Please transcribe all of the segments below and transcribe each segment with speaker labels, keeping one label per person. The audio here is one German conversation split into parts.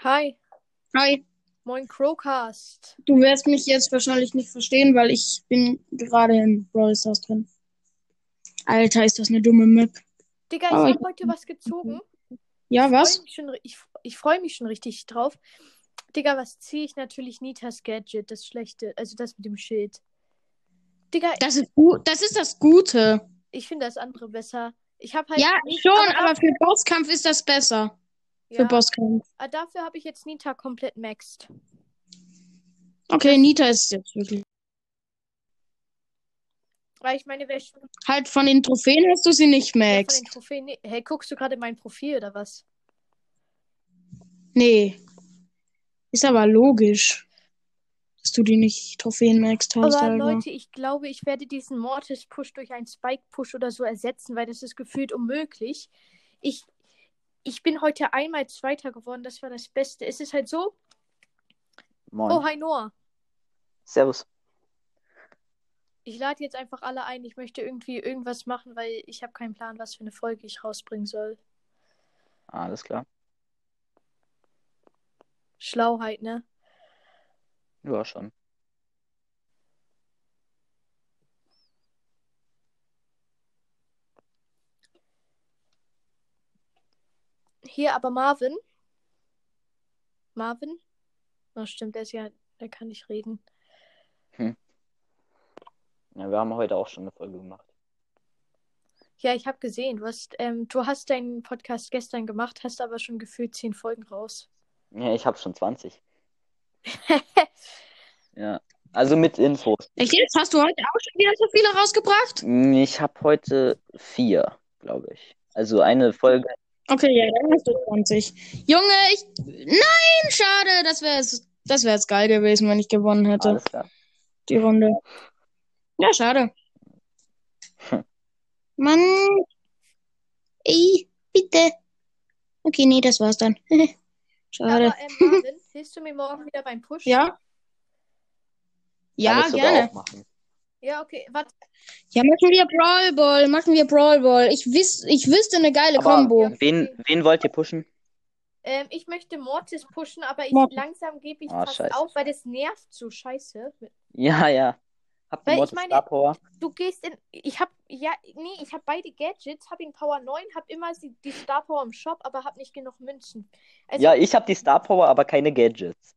Speaker 1: Hi,
Speaker 2: Hi,
Speaker 1: moin Crowcast.
Speaker 2: du wirst mich jetzt wahrscheinlich nicht verstehen, weil ich bin gerade in Brawl Stars drin. Alter, ist das eine dumme Map.
Speaker 1: Digga,
Speaker 2: Aber
Speaker 1: ich
Speaker 2: ich-
Speaker 1: habe heute was gezogen.
Speaker 2: Ja,
Speaker 1: Freu
Speaker 2: was?
Speaker 1: mich schon, ri- ich ich freue mich schon richtig drauf. Digga, was ziehe ich natürlich? Nitas Gadget, das schlechte, also das mit dem Schild. Digga,
Speaker 2: Das ist gut, das ist das Gute.
Speaker 1: ich finde das andere besser. Ich habe halt
Speaker 2: Ja,
Speaker 1: nicht,
Speaker 2: schon,
Speaker 1: da-
Speaker 2: aber für Bosskampf ist das besser. Für
Speaker 1: ja,
Speaker 2: Bosskampf.
Speaker 1: aber dafür habe ich jetzt Nita komplett maxed.
Speaker 2: Okay,
Speaker 1: Das-
Speaker 2: Nita ist jetzt wirklich.
Speaker 1: Weil Ah, ich meine, wer schon
Speaker 2: Halt von den Trophäen hast du sie nicht
Speaker 1: ja, von den
Speaker 2: maxed.
Speaker 1: Trophäen. Nee, hey, guckst du gerade mein Profil oder was?
Speaker 2: Nee, ist aber logisch, dass du die nicht Trophäen also. maxed hast,
Speaker 1: Aber
Speaker 2: Alter.
Speaker 1: Leute, ich glaube, ich werde diesen Mortis-Push durch einen Spike-Push oder so ersetzen, weil das ist gefühlt unmöglich. Ich, ich bin heute einmal Zweiter geworden, das war das Beste. Es ist halt so.
Speaker 3: Moin.
Speaker 1: Oh, hi Noah.
Speaker 3: Servus.
Speaker 1: Ich lade jetzt einfach alle ein. Ich möchte irgendwie irgendwas machen, weil ich habe keinen Plan, was für eine Folge ich rausbringen soll.
Speaker 3: Alles klar.
Speaker 1: Schlauheit, ne?
Speaker 3: Ja, schon.
Speaker 1: Hier aber Marvin. Marvin? Na stimmt, der ist ja, der kann nicht reden.
Speaker 3: Ja, wir haben heute auch schon eine Folge gemacht.
Speaker 1: Ja, ich habe gesehen, du hast, ähm, du hast deinen Podcast gestern gemacht, hast aber schon gefühlt zehn Folgen raus.
Speaker 3: Ja, ich habe schon 20. Ja. Also mit Infos.
Speaker 2: Echt jetzt? Hast du heute auch schon wieder so viele rausgebracht?
Speaker 3: Ich habe heute vier, glaube ich. Also eine Folge.
Speaker 2: Okay, ja, dann hast du 20. Junge, ich. Nein, schade. Das wäre das wär jetzt geil gewesen, wenn ich gewonnen hätte,
Speaker 3: Alles klar.
Speaker 2: die Runde. Ja, schade. Hm. Mann. Ey, bitte. Okay, nee, das war's dann. schade.
Speaker 1: Aber ähm, Marvin, hilfst du mir morgen wieder beim Push?
Speaker 2: Äh. Ja?
Speaker 3: Kann
Speaker 2: Ja,
Speaker 3: ich sogar
Speaker 2: gerne.
Speaker 3: auch machen.
Speaker 1: Ja, okay. Warte,
Speaker 2: Ja, machen wir Brawl Ball. Machen wir Brawl Ball. Ich, wiss, ich wüsste eine geile
Speaker 3: Aber-
Speaker 2: Combo.
Speaker 3: Wen, wen wollt ihr pushen?
Speaker 1: ähm, ich möchte Mortis pushen, aber ich
Speaker 2: Mortis.
Speaker 1: langsam gebe ich
Speaker 3: Ah,
Speaker 1: fast
Speaker 3: scheiße.
Speaker 1: auf, weil das nervt so scheiße.
Speaker 3: Ja, ja. Habt ihr
Speaker 1: Weil ich
Speaker 3: Mortis
Speaker 1: meine-
Speaker 3: Star Power?
Speaker 1: Du gehst in. Ich hab. Ja, nee, ich hab beide Gadgets, hab in Power 9, hab immer die, die Star Power im Shop, aber hab nicht genug Münzen. Also
Speaker 3: Ja, ich habe die Star Power, aber keine Gadgets.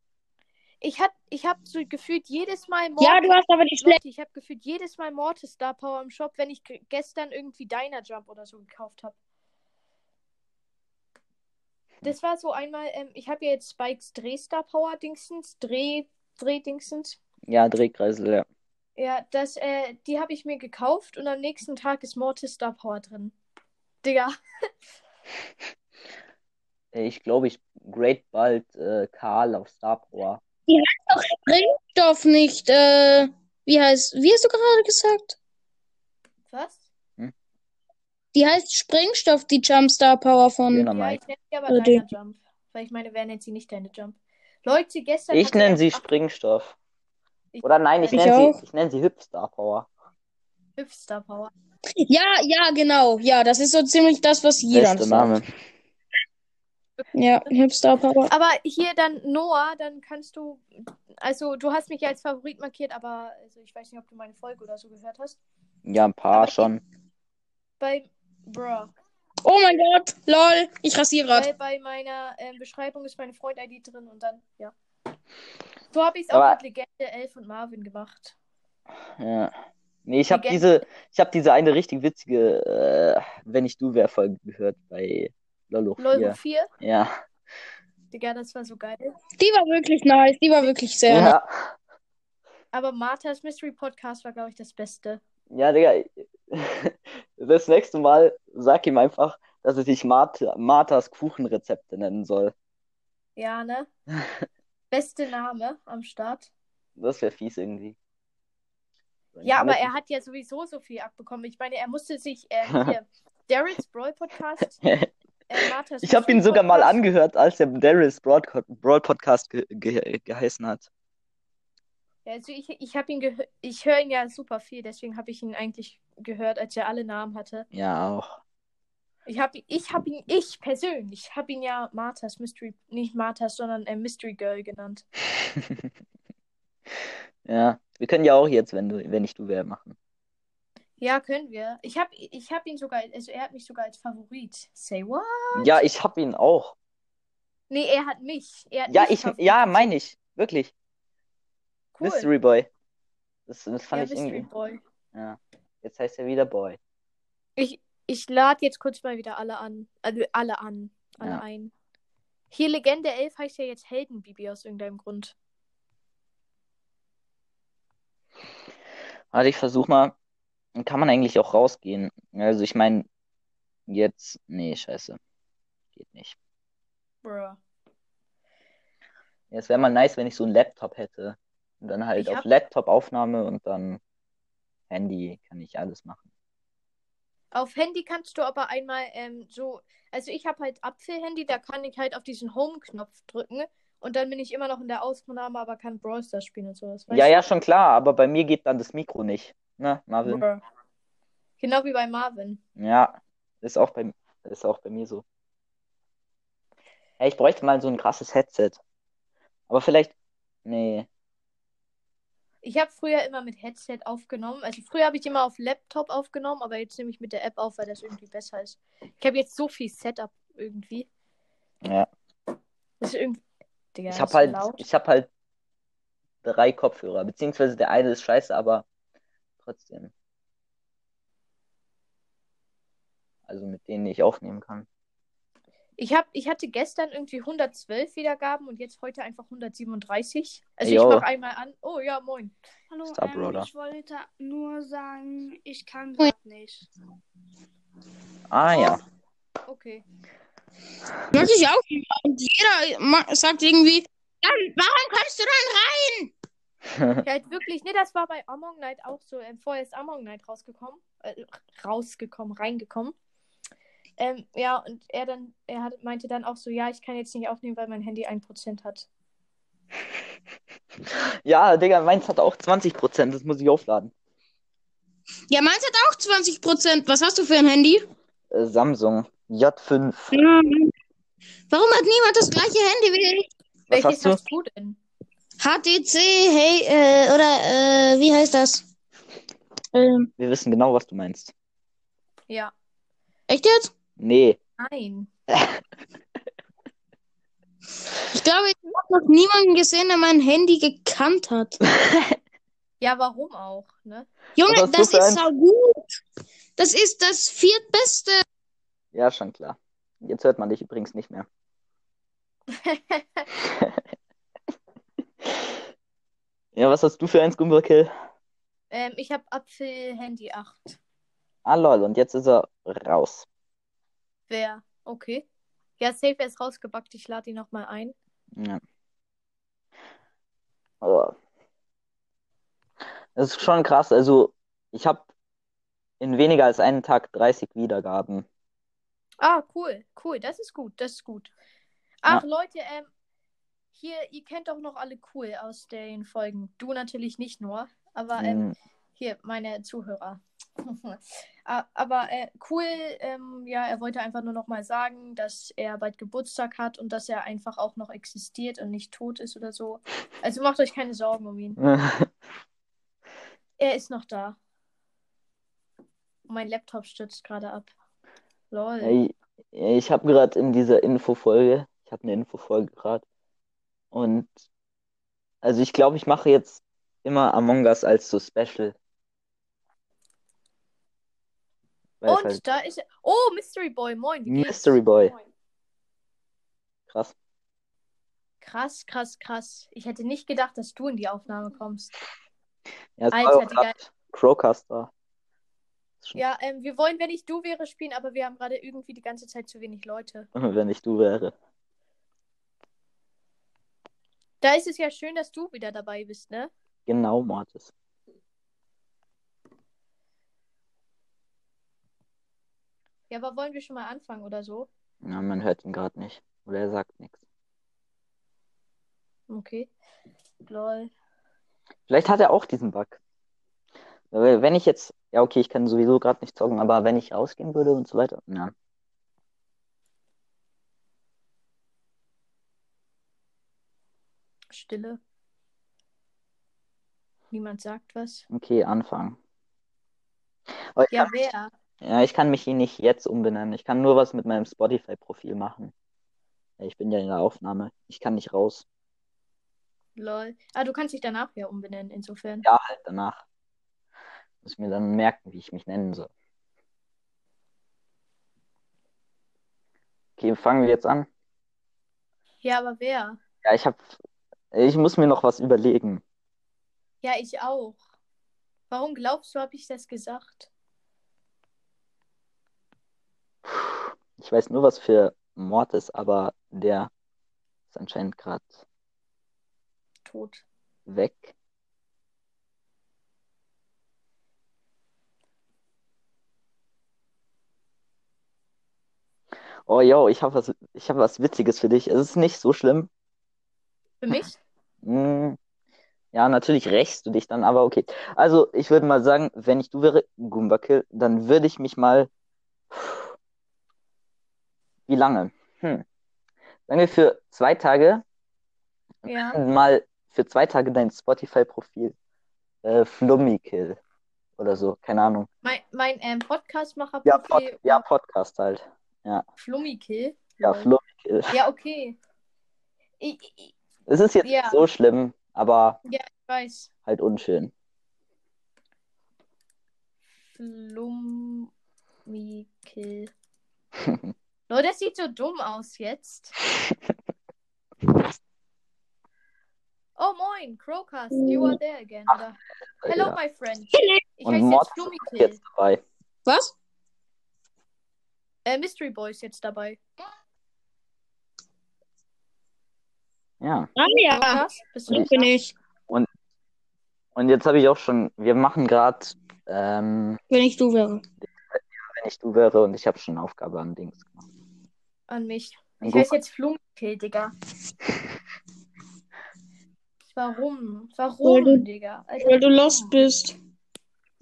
Speaker 1: ich hab, ich hab so gefühlt jedes Mal Mortis.
Speaker 2: Ja, du hast aber die
Speaker 1: Leute,
Speaker 2: schlechte.
Speaker 1: ich hab gefühlt jedes Mal Mortis Star Power im Shop, wenn ich ge- gestern irgendwie Diner Jump oder so gekauft habe. Das war so einmal, ähm, ich habe ja jetzt Spikes Dreh-Star Power Dingsens, Dreh, Dreh-Dingsens.
Speaker 3: Ja, Drehkreisel, ja.
Speaker 1: Ja, das, äh, die habe ich mir gekauft und am nächsten Tag ist Mortis Star Power drin. Digga.
Speaker 3: Ich glaube, ich grade bald äh, Karl auf Star Power.
Speaker 2: Stoff nicht. Äh, wie heißt. Wie hast du gerade gesagt?
Speaker 1: Was?
Speaker 2: Die heißt Sprengstoff, die Jumpstar Power von.
Speaker 3: Genau,
Speaker 1: Ähm, Ja,
Speaker 3: Mike.
Speaker 1: ich nenne sie aber
Speaker 2: Also
Speaker 1: Diner Jump. Weil ich meine, wer nennt sie nicht Diner Jump? Leute, gestern.
Speaker 3: Ich
Speaker 1: hatte
Speaker 3: nenne sie
Speaker 1: ach,
Speaker 3: Springstoff.
Speaker 1: ich-
Speaker 3: Oder nein, ich
Speaker 2: Ich
Speaker 3: nenne
Speaker 2: auch.
Speaker 3: sie, ich nenne sie Hip Star Power.
Speaker 1: Hüpf Star Power.
Speaker 2: Ja, ja, genau. Ja, das ist so ziemlich das, was jeder
Speaker 3: Beste
Speaker 2: sagt.
Speaker 3: Name.
Speaker 2: Ja, Hipster Power.
Speaker 1: Aber hier dann Noah, dann kannst du. Also, du hast mich ja als Favorit markiert, aber also ich weiß nicht, ob du meine Folge oder so gehört hast.
Speaker 3: Ja, ein paar
Speaker 1: Aber-
Speaker 3: schon.
Speaker 1: Bei. Bruh.
Speaker 2: Oh mein Gott, lol, ich rasiere grad.
Speaker 1: Weil bei meiner ähm, Beschreibung ist meine Freund-ID drin und dann, ja. So habe ich es auch
Speaker 3: Aber-
Speaker 1: mit Legende 11 und Marvin gemacht.
Speaker 3: Ja. Nee, ich habe
Speaker 1: Legende.
Speaker 3: diese, ich habe diese eine richtig witzige, äh, wenn ich du wär Folge gehört bei Lolo
Speaker 1: LOL
Speaker 3: 4.
Speaker 1: 4,
Speaker 3: Ja.
Speaker 1: Digga, das war so geil.
Speaker 2: Die war wirklich nice, die war wirklich sehr nice.
Speaker 3: Ja.
Speaker 1: Aber Marthas Mystery Podcast war, glaube ich, das Beste.
Speaker 3: Ja, Digga. Das nächste Mal sag ihm einfach, dass er sich Martha, Marthas Kuchenrezepte nennen soll.
Speaker 1: Ja, ne? Beste Name am Start.
Speaker 3: Das wäre fies irgendwie. Dann
Speaker 1: Ja,
Speaker 3: kann
Speaker 1: aber
Speaker 3: ich-
Speaker 1: er hat ja sowieso so viel abbekommen. Ich meine, er musste sich ähm, hier Daryl's Brawl Podcast, äh, Marthas
Speaker 3: Ich habe ihn
Speaker 1: Mystery
Speaker 3: sogar mal
Speaker 1: Podcast.
Speaker 3: angehört, als der Daryls Broadco- Broad Podcast ge ge geheißen hat.
Speaker 1: Ja, also ich, ich habe ihn gehört, ich höre ihn ja super viel, deswegen habe ich ihn eigentlich gehört, als er alle Namen hatte.
Speaker 3: Ja, auch.
Speaker 1: Ich habe ich hab ihn, ich persönlich, habe ihn ja Marthas Mystery, nicht Marthas, sondern äh, Mystery Girl genannt.
Speaker 3: Ja, wir können ja auch jetzt, wenn du, wenn ich du wäre, machen.
Speaker 1: Ja, können wir. Ich habe ich hab ihn sogar, also er hat mich sogar als Favorit. Say what?
Speaker 3: Ja, ich hab ihn auch.
Speaker 1: Nee, er hat mich. Er hat
Speaker 3: Ja,
Speaker 1: mich
Speaker 3: ich,
Speaker 1: Favorit.
Speaker 3: ja, meine ich. Wirklich.
Speaker 1: cool.
Speaker 3: Mystery Boy. Das, das
Speaker 1: ja,
Speaker 3: fand ich
Speaker 1: Mystery
Speaker 3: irgendwie.
Speaker 1: Boy.
Speaker 3: Ja. Jetzt heißt er wieder Boy.
Speaker 1: Ich, ich lade jetzt kurz mal wieder alle an. Also alle an. Alle
Speaker 3: Ja.
Speaker 1: ein. Hier Legende 11 heißt ja jetzt Heldenbibi aus irgendeinem Grund.
Speaker 3: Warte, ich versuch mal. Kann man eigentlich auch rausgehen? Also, ich meine, jetzt. Nee, scheiße. Geht nicht.
Speaker 1: Bruh.
Speaker 3: Ja, es wäre mal nice, wenn ich so einen Laptop hätte. Und dann halt
Speaker 1: Ich
Speaker 3: auf
Speaker 1: hab-
Speaker 3: Laptop-Aufnahme und dann Handy kann ich alles machen.
Speaker 1: Auf Handy kannst du aber einmal ähm, so, also ich habe halt Apfel-Handy, da kann ich halt auf diesen Home-Knopf drücken und dann bin ich immer noch in der Aufnahme, aber kann Brawl Stars spielen und sowas.
Speaker 3: Ja, ja, schon klar, aber bei mir geht dann das Mikro nicht. Ne, Marvin?
Speaker 1: Bruh. Genau wie bei Marvin.
Speaker 3: Ja, ist auch bei, ist auch bei mir so. Ja, ich bräuchte mal so ein krasses Headset. Aber vielleicht. Nee.
Speaker 1: Ich habe früher immer mit Headset aufgenommen. Also früher habe ich immer auf Laptop aufgenommen, aber jetzt nehme ich mit der App auf, weil das irgendwie besser ist. Ich habe jetzt so viel Setup irgendwie.
Speaker 3: Ja.
Speaker 1: Das ist irgendwie. Digga,
Speaker 3: Ich
Speaker 1: das
Speaker 3: habe
Speaker 1: ist
Speaker 3: halt,
Speaker 1: laut.
Speaker 3: ich habe halt drei Kopfhörer, beziehungsweise der eine ist scheiße, aber trotzdem. Also mit denen ich aufnehmen kann.
Speaker 1: Ich, hab, ich hatte gestern irgendwie 112 Wiedergaben und jetzt heute einfach 137. Also
Speaker 3: Jo.
Speaker 1: ich mach einmal an. Oh ja, moin.
Speaker 4: Hallo,
Speaker 3: Ist ab,
Speaker 4: ähm,
Speaker 3: Bruder.
Speaker 4: ich wollte nur sagen, ich kann gerade nicht.
Speaker 3: Ah ja.
Speaker 1: Okay.
Speaker 2: Möchte ich auch. nicht. Und jeder ma- sagt irgendwie, dann, warum kommst du dann rein?
Speaker 1: Ja, halt wirklich. Ne, das war bei Among Night auch so. Ähm, vorher ist Among Night rausgekommen. Äh, rausgekommen, reingekommen. Ähm, ja, und er dann, er hat, meinte dann auch so, ja, ich kann jetzt nicht aufnehmen, weil mein Handy 1% hat.
Speaker 3: Ja, Digga, meins hat auch 20%, das muss ich aufladen.
Speaker 2: Ja, meins hat auch 20%. Was hast du für ein Handy?
Speaker 3: Äh, Samsung J5.
Speaker 2: Warum hat niemand das gleiche Handy wie ich?
Speaker 3: Was
Speaker 1: Welches
Speaker 3: hast du?
Speaker 1: du denn?
Speaker 2: HTC, hey, äh, oder, äh, wie heißt das? Ähm,
Speaker 3: Wir wissen genau, was du meinst.
Speaker 1: Ja.
Speaker 2: echt jetzt?
Speaker 3: Nee.
Speaker 1: Nein.
Speaker 2: Ich glaube, ich habe noch niemanden gesehen, der mein Handy gekannt hat.
Speaker 1: Ja, warum auch, ne?
Speaker 2: Junge,
Speaker 3: Was hast du
Speaker 2: das
Speaker 3: für
Speaker 2: ist
Speaker 3: eins?
Speaker 2: so gut. Das ist das viertbeste.
Speaker 3: Ja, schon klar. Jetzt hört man dich übrigens nicht mehr. Ja, was hast du für eins, Gumberkill?
Speaker 1: ähm, ich habe Apfel Handy 8.
Speaker 3: Ah, lol, und jetzt ist er raus.
Speaker 1: Wer? Okay. Ja, safe er ist rausgebackt. Ich lade ihn nochmal ein.
Speaker 3: Ja. Aber das ist schon krass. Also, ich habe in weniger als einem Tag 30 Wiedergaben.
Speaker 1: Ah, cool. Cool. Das ist gut. Das ist gut. Ach, Leute, ähm, hier, ihr kennt doch noch alle cool aus den Folgen. Du natürlich nicht nur, aber ähm,
Speaker 3: Hm,
Speaker 1: hier, meine Zuhörer. Ah, aber äh, cool, ähm, ja, er wollte einfach nur nochmal sagen, dass er bald Geburtstag hat und dass er einfach auch noch existiert und nicht tot ist oder so. Also macht euch keine Sorgen um ihn.
Speaker 3: Hm.
Speaker 1: Er ist noch da. Und mein Laptop stürzt gerade ab. Lol.
Speaker 3: Ey, ich habe gerade in dieser Infofolge, ich habe eine Infofolge gerade. Und also ich glaube, ich mache jetzt immer Among Us als so Special. Weil es
Speaker 1: Und
Speaker 3: halt
Speaker 1: da ist er. Oh, Mystery Boy, moin. wie geht's?
Speaker 3: Mystery Boy. krass.
Speaker 1: Krass, krass, krass. Ich hätte nicht gedacht, dass du in die Aufnahme kommst.
Speaker 3: Ja, es war
Speaker 1: Alter,
Speaker 3: auch
Speaker 1: Digga.
Speaker 3: grad Crowcaster.
Speaker 1: Ja, ähm, wir wollen, wenn ich du wäre, spielen, aber wir haben gerade irgendwie die ganze Zeit zu wenig Leute.
Speaker 3: Wenn ich du wäre.
Speaker 1: Da ist es ja schön, dass du wieder dabei bist, ne?
Speaker 3: Genau, Mortis.
Speaker 1: Ja, aber wollen wir schon mal anfangen oder so?
Speaker 3: Ja, man hört ihn gerade nicht. Oder er sagt nichts.
Speaker 1: Okay. Lol.
Speaker 3: Vielleicht hat er auch diesen Bug. Weil Wenn ich jetzt, ja okay, ich kann sowieso gerade nicht zocken, aber wenn ich rausgehen würde und so weiter, ja,
Speaker 1: Stille. Niemand sagt was.
Speaker 3: Okay, anfangen. Aber ich
Speaker 1: Ja,
Speaker 3: kann,
Speaker 1: wer?
Speaker 3: ja, ich kann mich hier nicht jetzt umbenennen. Ich kann nur was mit meinem Spotify-Profil machen. Ja, Ich bin ja in der Aufnahme. Ich kann nicht raus.
Speaker 1: Lol. Ah, du kannst dich danach ja umbenennen, insofern.
Speaker 3: Ja, halt danach. Muss ich mir dann merken, wie ich mich nennen soll. Okay, fangen wir jetzt an.
Speaker 1: Ja, aber wer?
Speaker 3: Ja, ich hab. Ich muss mir noch was überlegen.
Speaker 1: Ja, ich auch. Warum glaubst du, habe ich das gesagt?
Speaker 3: Ich weiß nur, was für Mord ist, aber der ist anscheinend gerade
Speaker 1: Tot.
Speaker 3: weg. Oh, yo, ich habe was, ich hab was Witziges für dich. Es ist nicht so schlimm.
Speaker 1: Für mich?
Speaker 3: Hm. Ja, natürlich rächst du dich dann, aber okay. Also, ich würde mal sagen, wenn ich du wäre, Goombakill, dann würde ich mich mal. Wie lange? Hm. Sagen wir für zwei Tage
Speaker 1: Ja.
Speaker 3: mal für zwei Tage dein Spotify-Profil. Äh, Flummikill. Oder so, keine Ahnung.
Speaker 1: Mein, mein ähm, Podcastmacher
Speaker 3: Ja, Pod ja Podcast halt.
Speaker 1: Flummikill.
Speaker 3: Ja,
Speaker 1: Lol.
Speaker 3: Flummikill.
Speaker 1: ja, okay. Ich, ich, ich
Speaker 3: Es ist jetzt
Speaker 1: Ja.
Speaker 3: nicht so schlimm, aber
Speaker 1: weiß.
Speaker 3: halt unschön.
Speaker 1: Flummikill. Lol, das sieht so dumm aus jetzt. Oh moin, Crowcast, you are there again. Oder Hello,
Speaker 3: ja.
Speaker 1: my friend. Ich
Speaker 3: Und
Speaker 1: heiße
Speaker 3: Mord
Speaker 1: jetzt Flummikill.
Speaker 3: Jetzt dabei.
Speaker 2: Was?
Speaker 1: Äh, Mystery Boy ist jetzt dabei.
Speaker 3: Ja.
Speaker 2: Ah ja,
Speaker 1: Jonas, bist du
Speaker 2: das bin ich.
Speaker 3: Und jetzt habe ich auch schon, wir machen gerade, ähm,
Speaker 2: Wenn ich du wäre.
Speaker 3: wenn ich du wäre und ich habe schon eine Aufgabe an Dings gemacht.
Speaker 1: an mich?
Speaker 3: An
Speaker 1: Ich heiße jetzt Flummikill, Digga. Warum?
Speaker 2: Weil du-
Speaker 1: Warum, Digga? Also, Alter,
Speaker 2: Weil du
Speaker 1: warum?
Speaker 2: lost bist.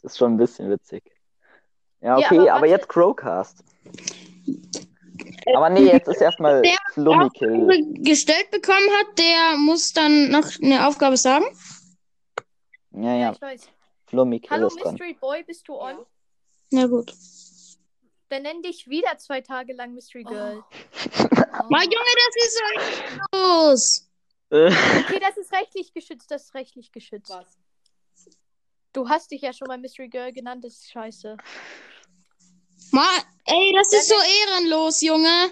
Speaker 3: Das ist schon ein bisschen witzig.
Speaker 1: Ja,
Speaker 3: Ja, okay,
Speaker 1: aber
Speaker 3: aber,
Speaker 1: warte.
Speaker 3: jetzt Crowcast. Aber nee, jetzt ist erstmal
Speaker 2: Der-
Speaker 3: Flummikill.
Speaker 2: Gestellt bekommen hat, der muss dann noch eine Aufgabe sagen.
Speaker 3: Ja,
Speaker 1: Ja,
Speaker 3: ja,
Speaker 1: ich weiß.
Speaker 3: Flummikill
Speaker 1: Hallo,
Speaker 3: ist dran.
Speaker 1: Mystery Boy, bist du on?
Speaker 2: Na gut.
Speaker 1: Dann nenn dich wieder zwei Tage lang Mystery
Speaker 5: Oh.
Speaker 1: Girl.
Speaker 2: Boah, Junge, das ist so los.
Speaker 1: Okay, das ist rechtlich geschützt, das ist rechtlich geschützt.
Speaker 5: Was?
Speaker 1: Du hast dich ja schon mal Mystery Girl genannt, das ist scheiße.
Speaker 2: Ma Ey, das ist so ehrenlos, Junge.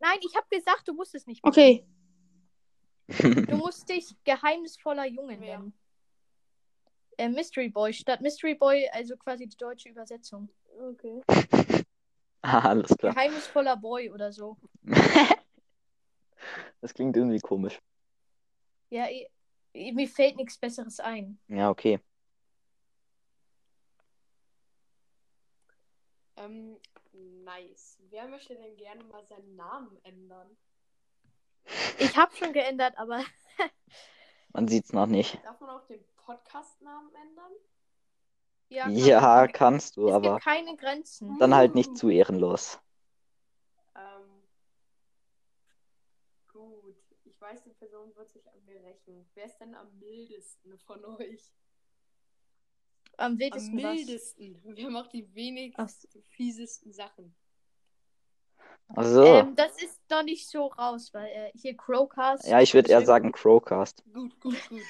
Speaker 1: Nein, ich habe gesagt, du musst es nicht. machen.
Speaker 2: Okay.
Speaker 1: Du musst dich geheimnisvoller Junge
Speaker 5: Wer?
Speaker 1: nennen. Äh, Mystery Boy statt Mystery Boy, also quasi die deutsche Übersetzung.
Speaker 5: Okay.
Speaker 3: Ah, alles klar.
Speaker 1: Geheimnisvoller Boy oder so.
Speaker 3: Das klingt irgendwie komisch.
Speaker 1: Ja, i- i- mir fällt nichts Besseres ein.
Speaker 3: Ja, okay.
Speaker 5: Ähm, nice. Wer möchte denn gerne mal seinen Namen ändern?
Speaker 1: Ich habe schon geändert, aber
Speaker 3: Man sieht's noch nicht.
Speaker 5: Darf man auch den Podcast-Namen ändern?
Speaker 1: ja.
Speaker 3: Ja,
Speaker 1: es
Speaker 3: kannst du, aber
Speaker 1: gibt keine Grenzen.
Speaker 5: Mhm.
Speaker 3: dann halt nicht zu ehrenlos.
Speaker 5: Ähm, gut. Ich weiß, die Person wird sich an mir rächen. Wer ist denn am mildesten von euch?
Speaker 1: Am
Speaker 5: Am
Speaker 1: wildesten was.
Speaker 5: mildesten. Wer macht die wenigsten,
Speaker 1: Ach
Speaker 5: fiesesten Sachen?
Speaker 3: Ach so.
Speaker 1: Ähm, das ist noch nicht so raus, weil äh, hier Crowcast. Ah,
Speaker 3: ja, ich würde eher
Speaker 1: Mystery-
Speaker 3: sagen Crowcast.
Speaker 5: Gut, gut, gut.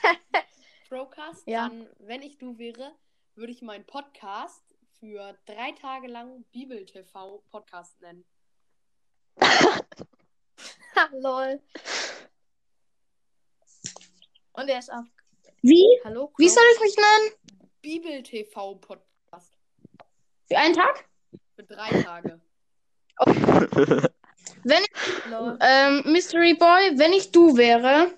Speaker 5: Procast,
Speaker 1: Ja.
Speaker 5: dann, wenn ich du wäre, würde ich meinen Podcast für drei Tage lang Bibel TV Podcast nennen.
Speaker 1: Ha, lol. Und er ist ab.
Speaker 2: Wie?
Speaker 1: Hallo? Crow?
Speaker 2: Wie soll ich mich nennen?
Speaker 5: Bibel TV Podcast
Speaker 2: Für einen Tag?
Speaker 5: für drei Tage.
Speaker 1: Lol.
Speaker 2: Ähm, Mystery Boy, wenn ich du wäre,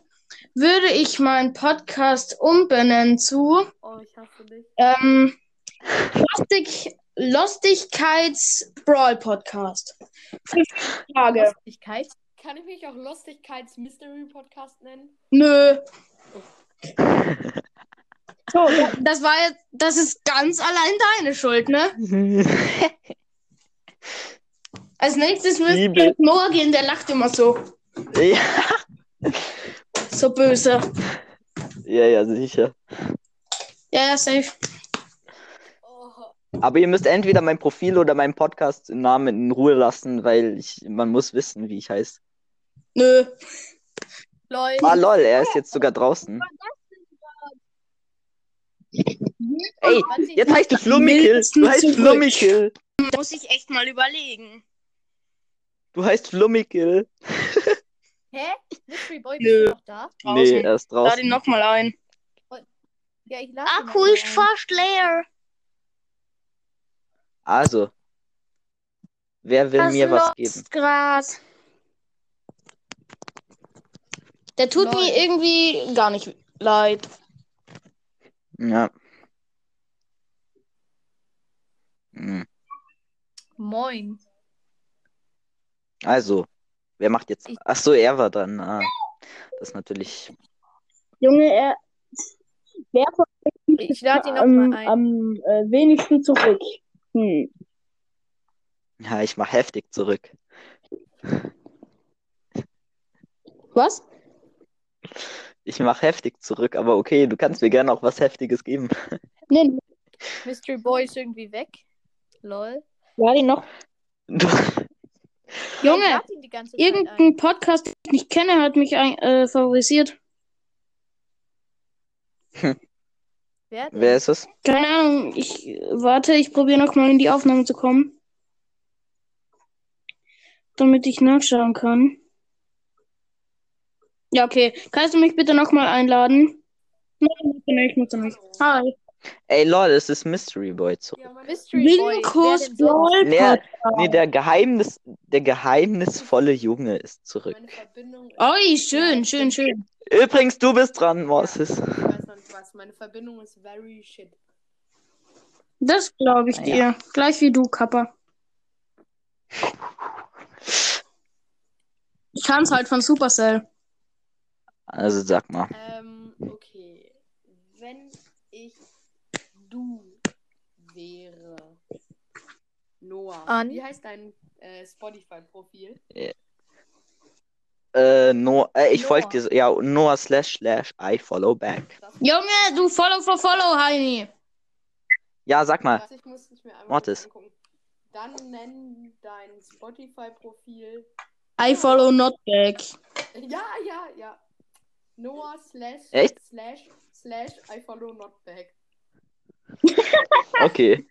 Speaker 2: würde ich meinen Podcast umbenennen zu
Speaker 5: Oh, ich hasse dich.
Speaker 2: ähm, Lostig Lostigkeits Brawl Podcast. Für fünf Tage.
Speaker 1: Lustigkeit?
Speaker 5: Kann ich mich auch Lustigkeits Mystery Podcast nennen?
Speaker 2: Nö. So, das war jetzt, das ist ganz allein deine Schuld, ne? Als nächstes müsste
Speaker 3: Liebe.
Speaker 2: Noah gehen, der lacht immer so.
Speaker 3: ja.
Speaker 2: so böse.
Speaker 3: Ja, ja, sicher.
Speaker 2: Ja, ja, safe.
Speaker 5: Oh,
Speaker 3: Aber ihr müsst entweder mein Profil oder meinen Podcast-Namen in Ruhe lassen, weil ich, man muss wissen, wie ich heiße.
Speaker 2: Nö.
Speaker 5: lol.
Speaker 3: Ah, lol, er ist jetzt sogar draußen. Ey, jetzt heißt du Flummikill. Du heißt Flummikill.
Speaker 2: Muss ich echt mal überlegen.
Speaker 3: Du heißt Flummikill.
Speaker 5: Hä?
Speaker 1: Mystery Boy
Speaker 2: Nö.
Speaker 1: bist du noch da?
Speaker 2: Draußen.
Speaker 3: Nee, er ist
Speaker 2: Lade
Speaker 3: draußen.
Speaker 2: ihn nochmal ein.
Speaker 1: Ja, Ah, ich lade ihn
Speaker 2: Akku
Speaker 4: ähm,
Speaker 2: ist
Speaker 1: ein.
Speaker 2: fast leer.
Speaker 3: Also, wer will mir was geben?
Speaker 2: Grad. Der tut
Speaker 5: Lol.
Speaker 2: mir irgendwie gar nicht leid.
Speaker 3: Ja. Hm.
Speaker 1: Moin.
Speaker 3: Also, wer macht jetzt?
Speaker 1: Ich-
Speaker 3: Ach so, er war dran. Ah, das ist natürlich.
Speaker 6: Junge, er. Wer von
Speaker 1: Ich lade ihn
Speaker 6: am,
Speaker 1: nochmal ein.
Speaker 6: am äh, wenigsten zurück? Hm.
Speaker 3: Ja, ich mach heftig zurück.
Speaker 2: Was?
Speaker 3: Ich mach heftig zurück, aber okay, du kannst mir gerne auch was Heftiges geben.
Speaker 6: Nee, nee,
Speaker 1: Mystery Boy ist irgendwie weg. Lol.
Speaker 6: lade ihn noch.
Speaker 3: Du,
Speaker 1: Ja, ich
Speaker 2: Junge,
Speaker 1: lade ihn die ganze Zeit ein.
Speaker 2: Irgendein Podcast, den ich nicht kenne, hat mich ein, äh, favorisiert.
Speaker 1: Wer, denn?
Speaker 3: wer ist es?
Speaker 2: Keine Ahnung, ich warte, ich probiere nochmal in die Aufnahme zu kommen. Damit ich nachschauen kann. Ja, okay. Kannst du mich bitte nochmal einladen? Nein, nein, ich muss nicht. Hi.
Speaker 3: Ey, lol, es ist Mystery Boy zurück.
Speaker 1: Mystery Boy. Wer
Speaker 2: Winkos
Speaker 1: denn sonst?
Speaker 2: Brawl
Speaker 3: Nee,
Speaker 2: Podcast.
Speaker 3: nee, der, Geheimnis, der geheimnisvolle Junge ist zurück.
Speaker 5: Meine Verbindung.
Speaker 2: Oi, schön, schön, schön.
Speaker 3: Übrigens, du bist dran, Morsis.
Speaker 5: Ich weiß noch nicht was. Meine Verbindung ist very shit.
Speaker 2: Das glaube ich
Speaker 3: Na
Speaker 2: dir.
Speaker 3: ja.
Speaker 2: Gleich wie du, Kappa. Ich kann's halt von Supercell.
Speaker 3: Also sag mal.
Speaker 5: Ähm, okay. Wenn ich du wäre, Noah,
Speaker 1: An-
Speaker 5: wie heißt dein äh, Spotify-Profil?
Speaker 3: Äh, Noah, äh, ich
Speaker 1: Noah.
Speaker 3: folge dir. so- Ja, Noah slash slash I follow back.
Speaker 5: Das-
Speaker 2: Junge, du Follow for Follow, Heini.
Speaker 3: Ja, sag mal.
Speaker 5: Das, ich muss es mir einmal
Speaker 3: Mortis.
Speaker 5: kurz angucken. Dann nenn dein Spotify-Profil.
Speaker 2: I follow not back.
Speaker 5: Ja, ja, ja. Noah slash
Speaker 3: Echt?
Speaker 5: slash slash I follow not back.
Speaker 3: Okay,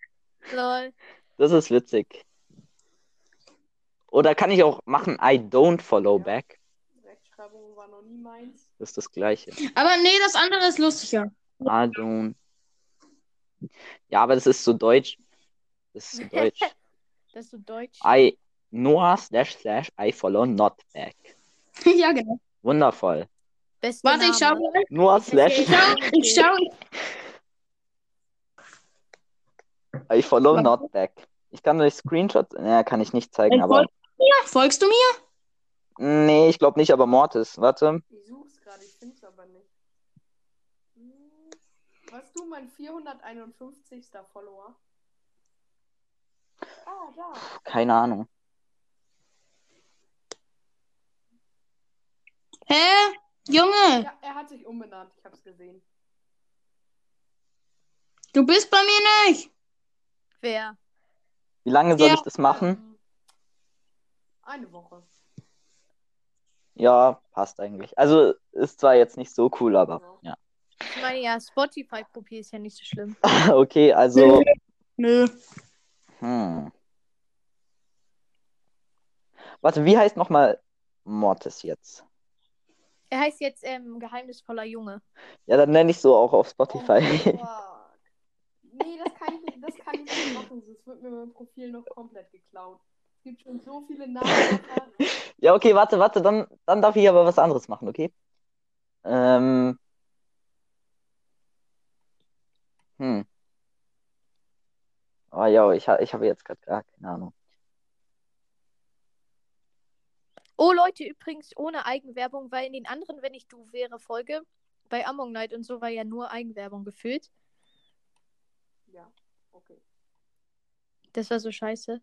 Speaker 1: Lol.
Speaker 3: das ist witzig. Oder kann ich auch machen, I don't follow back?
Speaker 5: Rechtschreibung war noch nie meins.
Speaker 3: Das ist das Gleiche.
Speaker 2: Aber nee, das andere ist lustiger.
Speaker 3: I don't. Ja, aber das ist so deutsch. Das ist so deutsch.
Speaker 1: Das ist so deutsch.
Speaker 3: I Noah slash slash I follow not back.
Speaker 2: ja, genau.
Speaker 3: Wundervoll.
Speaker 1: Beste
Speaker 2: Warte, ich schau
Speaker 1: Name.
Speaker 2: mal.
Speaker 3: Noah slash
Speaker 1: Okay.
Speaker 2: Ich schau.
Speaker 3: I follow not back. Ich kann euch Screenshots. Naja, kann ich nicht zeigen, aber.
Speaker 2: Ja, folgst du mir?
Speaker 3: Nee, ich glaube nicht, aber Mortis. Warte.
Speaker 5: Ich such's gerade, ich find's aber nicht. Hm, Warst du mein 451. Follower? Ah, da.
Speaker 3: Keine Ahnung.
Speaker 2: Hä? Junge,
Speaker 5: Ja, er hat sich umbenannt, ich hab's gesehen.
Speaker 2: du bist bei mir nicht.
Speaker 1: Wer?
Speaker 3: Wie lange soll
Speaker 2: Ja.
Speaker 3: ich das machen?
Speaker 5: Ähm, Eine Woche.
Speaker 3: Ja, passt eigentlich. Also ist zwar jetzt nicht so cool, aber ja.
Speaker 1: Ich meine ja, Spotify-Profil ist ja nicht so schlimm.
Speaker 3: Okay, also.
Speaker 2: Nö.
Speaker 3: Hm. Warte, wie heißt nochmal Mortis jetzt?
Speaker 1: Er heißt jetzt ähm, geheimnisvoller Junge.
Speaker 3: Ja, dann nenne ich so auch auf
Speaker 5: Oh,
Speaker 3: Spotify.
Speaker 5: fuck. nee, das kann ich nicht, das kann ich nicht machen, sonst wird mir mein Profil noch komplett geklaut. Es gibt schon so viele Namen.
Speaker 3: ja, okay, warte, warte, dann, dann darf ich aber was anderes machen, okay? Ähm. Hm. Oh ja, ich, ha- ich habe jetzt gerade gar keine Ahnung.
Speaker 1: Oh Leute, übrigens ohne Eigenwerbung, weil in den anderen, wenn ich du wäre, Folge bei Among Night und so war ja nur Eigenwerbung gefühlt.
Speaker 5: ja, okay.
Speaker 1: Das war so scheiße.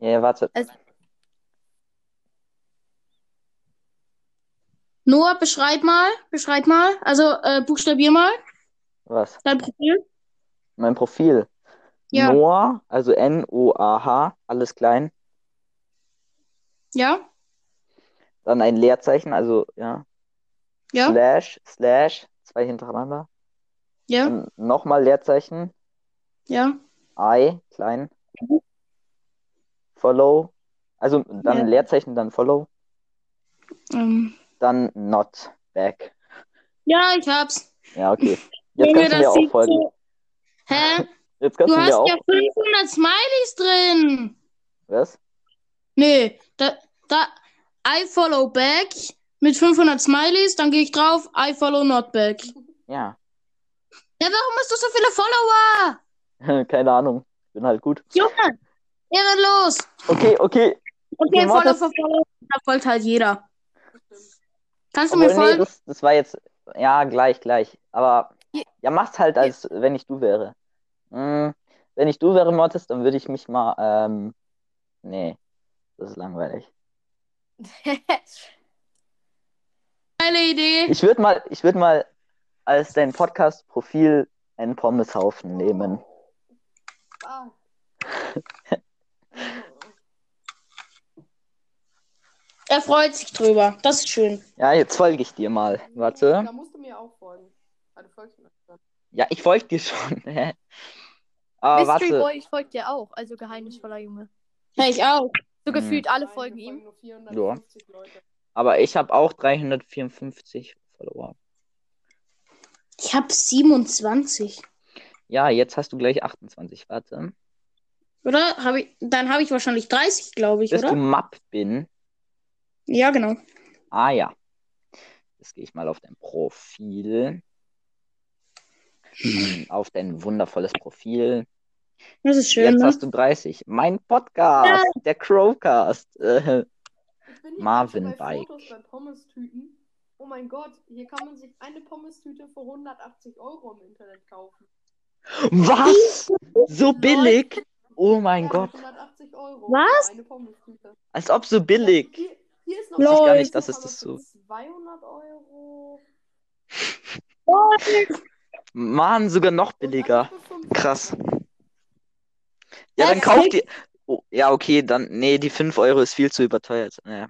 Speaker 3: Ja, ja, warte.
Speaker 1: Also-
Speaker 2: Noah, beschreib mal, beschreib mal, also äh, buchstabier mal
Speaker 3: Was?
Speaker 2: dein Profil.
Speaker 3: Mein Profil.
Speaker 2: Ja.
Speaker 3: Noah, also N-O-A-H, alles klein.
Speaker 2: Ja,
Speaker 3: Dann ein Leerzeichen, also ja.
Speaker 2: ja,
Speaker 3: Slash, Slash, zwei hintereinander.
Speaker 2: ja,
Speaker 3: Dann nochmal Leerzeichen,
Speaker 2: ja,
Speaker 3: I, klein. Follow, also dann
Speaker 2: Ja.
Speaker 3: Leerzeichen, dann Follow.
Speaker 2: ähm,
Speaker 3: Dann not back.
Speaker 2: ja, ich hab's.
Speaker 3: Ja, okay. Jetzt
Speaker 2: Junge,
Speaker 3: kannst du mir
Speaker 2: das
Speaker 3: auch
Speaker 2: sieht
Speaker 3: folgen.
Speaker 2: so- Hä?
Speaker 3: Jetzt kannst
Speaker 2: Du
Speaker 3: du mir
Speaker 2: hast
Speaker 3: auch.
Speaker 2: ja 500 Smileys drin.
Speaker 3: Was?
Speaker 2: Nee, da, da, I follow back mit 500 Smileys, dann gehe ich drauf, I follow not back.
Speaker 3: Ja.
Speaker 2: Ja, warum hast du so viele Follower?
Speaker 3: Keine Ahnung. Bin halt gut.
Speaker 2: Junge, ehrenlos.
Speaker 3: Okay, okay.
Speaker 2: Okay,
Speaker 3: Ihr
Speaker 2: Follow
Speaker 3: Mortis-
Speaker 2: for Follow, da folgt halt jeder. Kannst du mir
Speaker 3: Obwohl, nee,
Speaker 2: folgen?
Speaker 3: das, das war jetzt. Ja, gleich, gleich. Aber ja, mach's halt, als wenn ich du wäre. Hm, wenn ich du wäre, Mortis, dann würde ich mich mal. Ähm, nee. Das ist langweilig.
Speaker 2: Geile Idee.
Speaker 3: Ich würde mal, ich würde mal als dein Podcast-Profil einen Pommeshaufen nehmen.
Speaker 5: Ah.
Speaker 2: Er freut sich drüber. Das ist schön.
Speaker 3: Ja, jetzt folge ich dir mal. Warte.
Speaker 5: Da musst du mir auch folgen. Ah, du folgst mir. schon.
Speaker 3: Ja, ich folge dir schon. hä? Aber
Speaker 1: Mystery
Speaker 3: Ah, warte.
Speaker 1: Boy folgt dir auch, also geheimnisvoller Junge.
Speaker 2: Hey, ich auch.
Speaker 1: So
Speaker 3: Hm.
Speaker 1: gefühlt alle
Speaker 5: Nein,
Speaker 1: folgen
Speaker 5: wir
Speaker 1: ihm.
Speaker 5: Nur 450 Leute.
Speaker 3: Aber ich habe auch 354 Follower.
Speaker 2: Ich hab 27.
Speaker 3: Ja, jetzt hast du gleich 28. Warte.
Speaker 2: Oder? Hab ich, dann habe ich wahrscheinlich 30, glaube ich,
Speaker 3: Bist du
Speaker 2: oder?
Speaker 3: Map bin?
Speaker 2: Ja, genau.
Speaker 3: Ah ja. Jetzt gehe ich mal auf dein Profil. Hm, auf dein wundervolles Profil.
Speaker 2: Das ist schön.
Speaker 3: jetzt
Speaker 2: Ne?
Speaker 3: hast du 30. Mein Podcast, der Crowcast. Äh,
Speaker 5: Ich bin hier
Speaker 3: Marvin
Speaker 5: gerade bei
Speaker 3: Bike.
Speaker 5: Fotos bei Pommes-Tüten. Oh mein Gott, hier kann man sich eine Pommes-Tüte für 180 Euro im Internet kaufen.
Speaker 3: was? So billig? Oh mein
Speaker 5: ja,
Speaker 3: Gott.
Speaker 5: 180 Euro.
Speaker 2: Was?
Speaker 5: für Eine Pommes-Tüte.
Speaker 3: Als ob so billig.
Speaker 5: Hier, hier ist noch
Speaker 3: Wusste ich gar
Speaker 2: Lol.
Speaker 3: nicht, dass es das so-
Speaker 5: Für 200 Euro.
Speaker 3: Mann, sogar noch
Speaker 5: Und
Speaker 3: billiger.
Speaker 5: eine für 500.
Speaker 3: Krass. Ja, dann
Speaker 2: Was?
Speaker 3: kauft ihr. Oh, ja, okay, dann. Nee, die 5 Euro ist viel zu überteuert. Naja.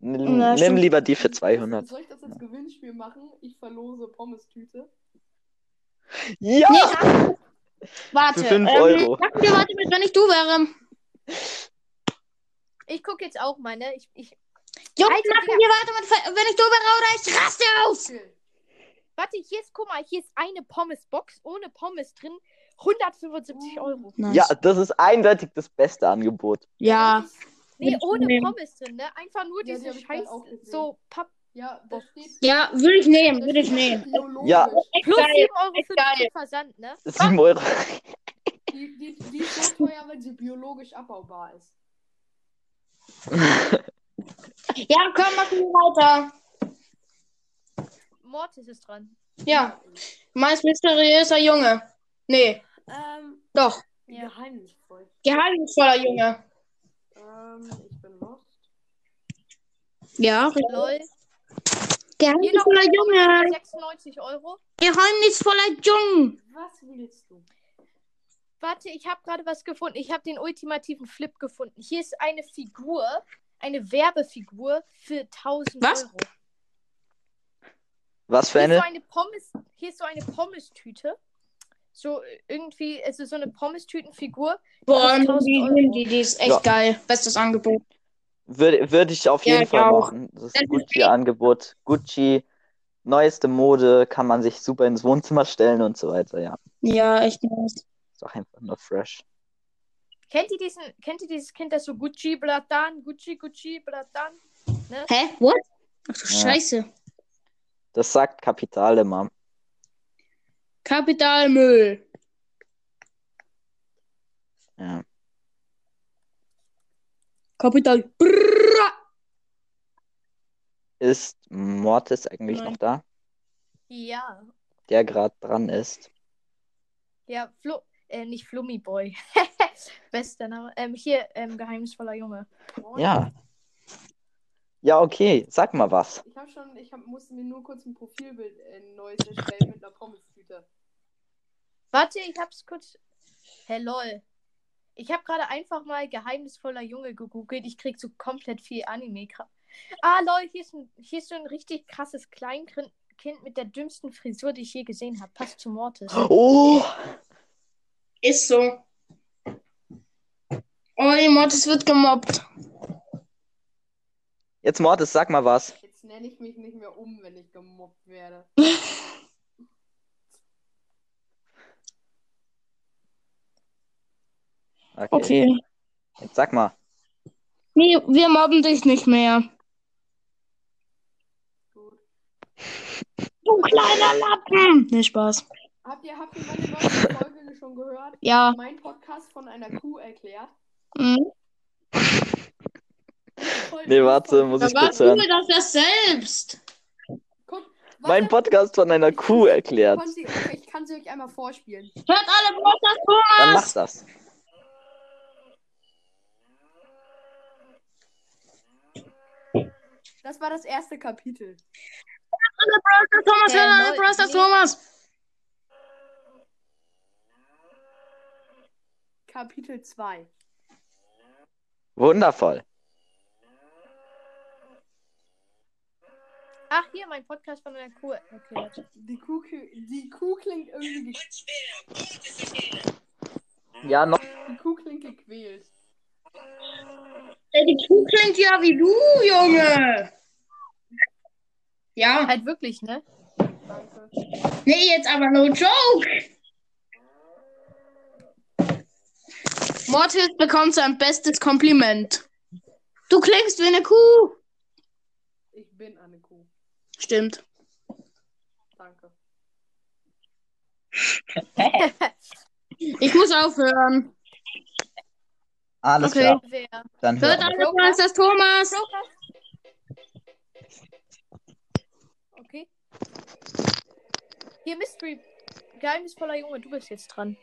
Speaker 3: Nimm,
Speaker 2: Ja,
Speaker 3: nimm
Speaker 2: stimmt.
Speaker 3: lieber die für 200.
Speaker 5: Soll ich das als Gewinnspiel machen? Ich verlose Pommes-Tüte.
Speaker 2: Nee,
Speaker 3: Ja!
Speaker 2: warte. warte.
Speaker 3: Für fünf
Speaker 2: ähm,
Speaker 3: Euro.
Speaker 2: Sag mir, warte, wenn ich du wäre.
Speaker 1: Ich gucke jetzt auch mal, ne? Ich, ich,
Speaker 2: Junge,
Speaker 1: Alter,
Speaker 2: mach
Speaker 1: Digga.
Speaker 2: mir weiter mit, Fe- wenn ich du wäre, oder ich raste aus.
Speaker 5: Okay.
Speaker 1: warte, hier ist, guck mal, hier ist eine Pommesbox ohne Pommes drin. 175 Euro.
Speaker 3: Ja, das ist eindeutig das beste Angebot.
Speaker 2: Ja.
Speaker 1: Nee,
Speaker 2: ich
Speaker 1: ohne
Speaker 2: nehmen.
Speaker 1: Pommes drin, ne? Einfach nur
Speaker 5: Ja, die
Speaker 1: diese
Speaker 5: hab ich grad
Speaker 1: scheiß
Speaker 5: auch gesehen.
Speaker 1: so Papp.
Speaker 5: Ja, da steht.
Speaker 2: Ja, würde ich nehmen,
Speaker 5: da
Speaker 2: würde ich
Speaker 5: steht halt
Speaker 2: nehmen.
Speaker 5: biologisch.
Speaker 3: Ja.
Speaker 1: Plus
Speaker 2: Geil,
Speaker 1: 7,50
Speaker 2: geil.
Speaker 1: Euro Versand, ne?
Speaker 3: 7
Speaker 2: Ah.
Speaker 3: Euro.
Speaker 5: Die, die, die ist so teuer, weil sie biologisch abbaubar ist.
Speaker 2: Ja, komm, mach mir weiter.
Speaker 1: Mortis ist dran.
Speaker 2: Ja. Meist mysteriöser Junge. Nee,
Speaker 5: Ähm,
Speaker 2: doch.
Speaker 1: Ja.
Speaker 5: geheimnisvoll.
Speaker 2: Geheimnisvoller Junge.
Speaker 5: Ähm, ich bin lost.
Speaker 2: Ja, Genau.
Speaker 1: Lol. Hier noch
Speaker 2: geheimnisvoller Junge.
Speaker 1: 96 Euro.
Speaker 2: Geheimnisvoller Junge.
Speaker 5: Was willst du?
Speaker 1: Warte, ich habe gerade was gefunden. Ich habe den ultimativen Flip gefunden. Hier ist eine Figur, eine Werbefigur für 1000
Speaker 2: Was?
Speaker 1: Euro.
Speaker 3: Was für
Speaker 1: Hier ist, so
Speaker 3: eine?
Speaker 1: eine Pommes, hier ist so eine Pommestüte. So äh, irgendwie, es ist so eine Pommes-Tütenfigur.
Speaker 2: Boah, nimm
Speaker 1: 1000
Speaker 2: die,
Speaker 1: Euro.
Speaker 2: nimm die, die ist echt
Speaker 3: Ja.
Speaker 2: geil. Bestes Angebot.
Speaker 3: Würde würde ich auf
Speaker 2: Ja,
Speaker 3: jeden
Speaker 2: ich
Speaker 3: Fall
Speaker 2: auch.
Speaker 3: machen. Das
Speaker 2: Das ist
Speaker 3: Gucci-Angebot. Gucci, neueste Mode, kann man sich super ins Wohnzimmer stellen und so weiter. Ja,
Speaker 2: Ja, echt nice.
Speaker 3: ist doch einfach nur fresh.
Speaker 1: Kennt ihr diesen, kennt ihr dieses Kind, das so Gucci Blatan, Gucci, Gucci Blatan?
Speaker 2: Hä? What? Ach du
Speaker 3: Ja.
Speaker 2: Scheiße.
Speaker 3: Das sagt Kapital immer.
Speaker 2: Kapitalmüll.
Speaker 3: Ja.
Speaker 2: Kapital. Brrrra.
Speaker 3: Ist Mortis eigentlich
Speaker 2: Nein.
Speaker 3: noch da?
Speaker 1: Ja.
Speaker 3: Der gerade dran ist.
Speaker 1: Ja, Flo, äh, nicht Flummi Boy. Bester Name. Ähm, hier, ähm, geheimnisvoller Junge.
Speaker 3: Ja. Ja, okay, sag mal was.
Speaker 5: Ich habe schon, ich hab, musste mir nur kurz ein Profilbild äh, neues erstellen mit einer Pommes-Tüte.
Speaker 1: Warte, ich hab's kurz. Hä, lol. Ich hab gerade einfach mal geheimnisvoller Junge gegoogelt. Ich krieg so komplett viel Anime. gra- Ah, lol, hier ist, ein, hier ist so ein richtig krasses Kleinkind Kind mit der dümmsten Frisur, die ich je gesehen habe. Passt zu Mortis.
Speaker 3: Oh!
Speaker 2: Ist so. Oh, die Mortis wird gemobbt.
Speaker 3: Jetzt Mortis, sag mal was.
Speaker 5: Jetzt nenne ich mich nicht mehr um, wenn ich gemobbt werde.
Speaker 3: Okay.
Speaker 2: Okay.
Speaker 3: Jetzt sag mal.
Speaker 2: Nee, wir mobben dich nicht mehr.
Speaker 5: Gut.
Speaker 2: Du kleiner Lappen! Nee, Spaß.
Speaker 5: Habt ihr, habt ihr meine neue Folge schon gehört?
Speaker 2: Ja.
Speaker 5: Mein Podcast von einer Kuh erklärt.
Speaker 2: Mhm.
Speaker 5: Voll-
Speaker 3: Nee, warte, muss ich
Speaker 2: Aber
Speaker 3: kurz
Speaker 2: google
Speaker 3: hören.
Speaker 2: das ja selbst.
Speaker 5: Guck, warte,
Speaker 3: Mein Podcast von einer Kuh
Speaker 5: ich
Speaker 3: erklärt.
Speaker 5: kann sie- okay, Ich kann sie euch einmal vorspielen.
Speaker 2: Hört alle Brotas
Speaker 3: Dann
Speaker 2: Thomas!
Speaker 3: mach das.
Speaker 5: Das war das erste Kapitel.
Speaker 2: Brotas Thomas, hört
Speaker 1: Äh,
Speaker 2: alle
Speaker 1: neu-
Speaker 2: Brotas
Speaker 1: nee.
Speaker 2: Thomas!
Speaker 5: Kapitel 2.
Speaker 3: Wundervoll.
Speaker 1: Ach, hier, mein Podcast von einer Kuh erklärt.
Speaker 5: Die Kuh, die Kuh klingt irgendwie ge-
Speaker 3: Ja, noch.
Speaker 5: die Kuh klingt gequält.
Speaker 2: Ey, die Kuh klingt ja wie du, Junge! Ja.
Speaker 1: Halt wirklich, ne?
Speaker 5: Danke.
Speaker 2: Nee, jetzt aber no joke! Mortis bekommt sein bestes Kompliment. Du klingst wie eine Kuh!
Speaker 5: Ich bin eine Kuh.
Speaker 2: Stimmt.
Speaker 5: Danke.
Speaker 2: Ich muss aufhören.
Speaker 3: Alles
Speaker 2: Okay.
Speaker 3: klar.
Speaker 1: Wer?
Speaker 3: Dann hör
Speaker 2: Hört
Speaker 3: auf.
Speaker 2: alle Brotas Thomas!
Speaker 1: Okay. Hier, Mystery. Geheimnisvoller Junge, du bist jetzt dran.